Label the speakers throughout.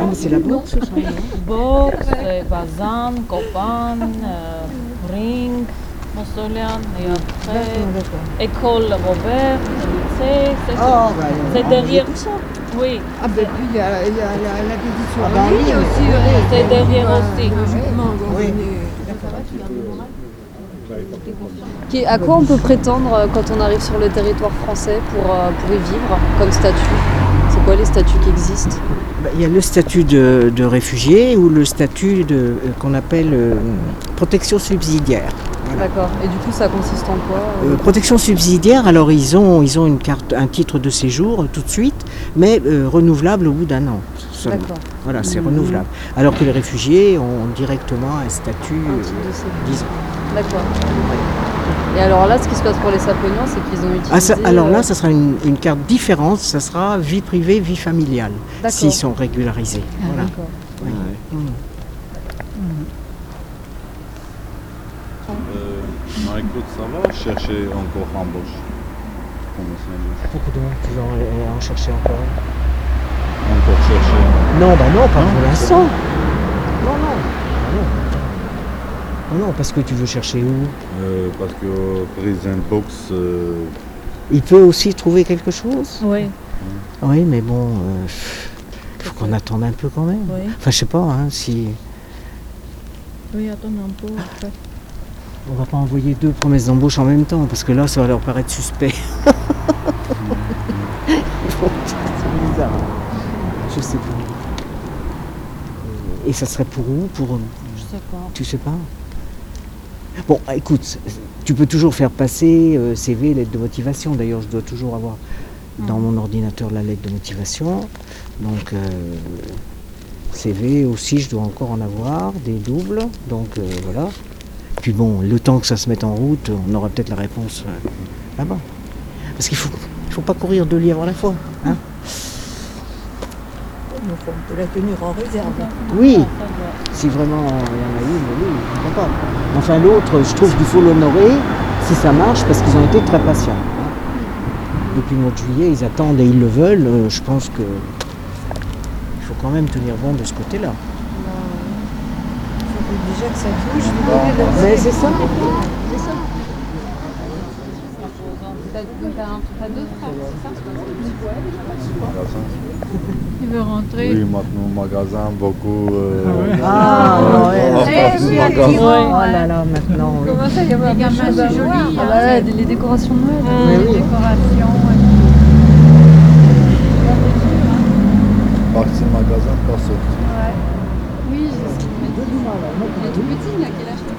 Speaker 1: Ah, mais c'est la bourse.
Speaker 2: Box, euh, bazan, copain, euh, ring, Mossolian, et après école Robert, lycée, c'est
Speaker 1: Oh, bah,
Speaker 2: c'est
Speaker 1: ah,
Speaker 2: derrière.
Speaker 1: j'ai tout ça.
Speaker 2: Oui,
Speaker 3: Ah ben puis il y a, il y a la, la visite sur
Speaker 1: Ah bah
Speaker 3: la
Speaker 1: oui,
Speaker 3: ligne
Speaker 1: oui.
Speaker 3: aussi. ouais.
Speaker 2: c'est derrière aussi.
Speaker 3: Logiquement, donc
Speaker 1: Oui.
Speaker 3: on est-
Speaker 4: Qui- À quoi on peut prétendre euh, quand on arrive sur le territoire français pour, euh, pour y vivre comme statut C'est quoi les statuts qui existent
Speaker 1: Bah, Il y a le statut de, de réfugié ou le statut de euh, qu'on appelle euh, protection subsidiaire.
Speaker 4: D'accord. Et du coup, ça consiste en quoi euh
Speaker 1: Euh, protection subsidiaire, alors ils ont, ils ont une carte, un titre de séjour euh, tout de suite, mais euh, renouvelable au bout d'un an. seulement.
Speaker 4: D'accord. Mmh.
Speaker 1: Voilà, c'est renouvelable. Alors que les réfugiés ont directement un statut
Speaker 4: Un
Speaker 1: euh,
Speaker 4: titre de séjour.
Speaker 1: dix-
Speaker 4: D'accord. Et alors là, ce qui se passe pour les saponiens, c'est qu'ils ont utilisé.
Speaker 1: Ah, ça- alors là,
Speaker 4: euh,
Speaker 1: ça sera une, une carte différente, ça sera vie privée, vie familiale,
Speaker 4: D'accord. Ah
Speaker 1: s'ils sont régularisés. Voilà.
Speaker 4: D'accord.
Speaker 5: Euh, Marie-Claude, ça va chercher encore embauche Conventionnelle.
Speaker 1: Beaucoup de monde qui en, chercher encore.
Speaker 5: Encore chercher.
Speaker 1: Non, bah non, pas
Speaker 5: Non.
Speaker 1: pour l'instant. Non, non. Ah non. Non, non, parce que tu veux chercher où
Speaker 5: Euh, parce que Prison Box, euh,
Speaker 1: Il peut aussi trouver quelque chose
Speaker 2: Oui,
Speaker 1: Oui, mais bon, euh, faut qu'on attende un peu quand même.
Speaker 2: oui,
Speaker 1: Enfin, je sais pas, hein, si
Speaker 2: oui, attends un peu. après.
Speaker 1: on va pas envoyer deux promesses d'embauche en même temps, parce que là, ça va leur paraître suspect. Bon, c'est bizarre. Je sais pas. Et ça serait pour où Pour
Speaker 2: Je sais pas.
Speaker 1: Tu sais pas Bon, écoute, tu peux toujours faire passer euh, CV, lettre de motivation. D'ailleurs, je dois toujours avoir
Speaker 3: Mm.
Speaker 1: dans mon ordinateur la lettre de motivation. Donc, euh, CV aussi, je dois encore en avoir, des doubles. Donc, euh, voilà. Puis bon, le temps que ça se mette en route, on aura peut-être la réponse euh, là-bas. Parce qu'il faut, il faut pas courir deux livres à la fois. hein.
Speaker 3: Il faut un peu la tenir en réserve.
Speaker 1: oui, si vraiment euh, il y en a une, oui, pourquoi pas. Enfin, l'autre, je trouve qu'il faut l'honorer si ça marche parce qu'ils ont été très patients. hein. Depuis le mois de juillet, ils attendent et ils le veulent. Euh, Je pense que il faut quand même tenir bon de ce côté-là.
Speaker 3: Bah, Il faut déjà que ça touche. il faut que la-
Speaker 1: Mais c'est ça.
Speaker 4: T'as t'as deux frères, c'est ça
Speaker 5: magasin.
Speaker 2: Tu veux rentrer
Speaker 5: Oui, maintenant magasin, beaucoup. euh,
Speaker 1: Ah, non, ouais.
Speaker 5: Ah,
Speaker 3: Eh oui,
Speaker 5: magasin.
Speaker 3: elle dit-
Speaker 1: Oh là là, maintenant. oui.
Speaker 3: Comment ça, il y a
Speaker 6: Les
Speaker 3: pas
Speaker 6: gamins, c'est joli.
Speaker 4: Ah
Speaker 6: hein,
Speaker 4: bah ouais, les décorations de Noël.
Speaker 1: Mais
Speaker 6: les
Speaker 1: oui.
Speaker 6: décorations.
Speaker 5: Parti magasin, pas sorti.
Speaker 4: Oui, c'est ce qu'il m'a dit. Il est tout petit, il a quel âge quand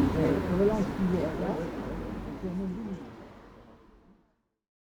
Speaker 4: il ferme la-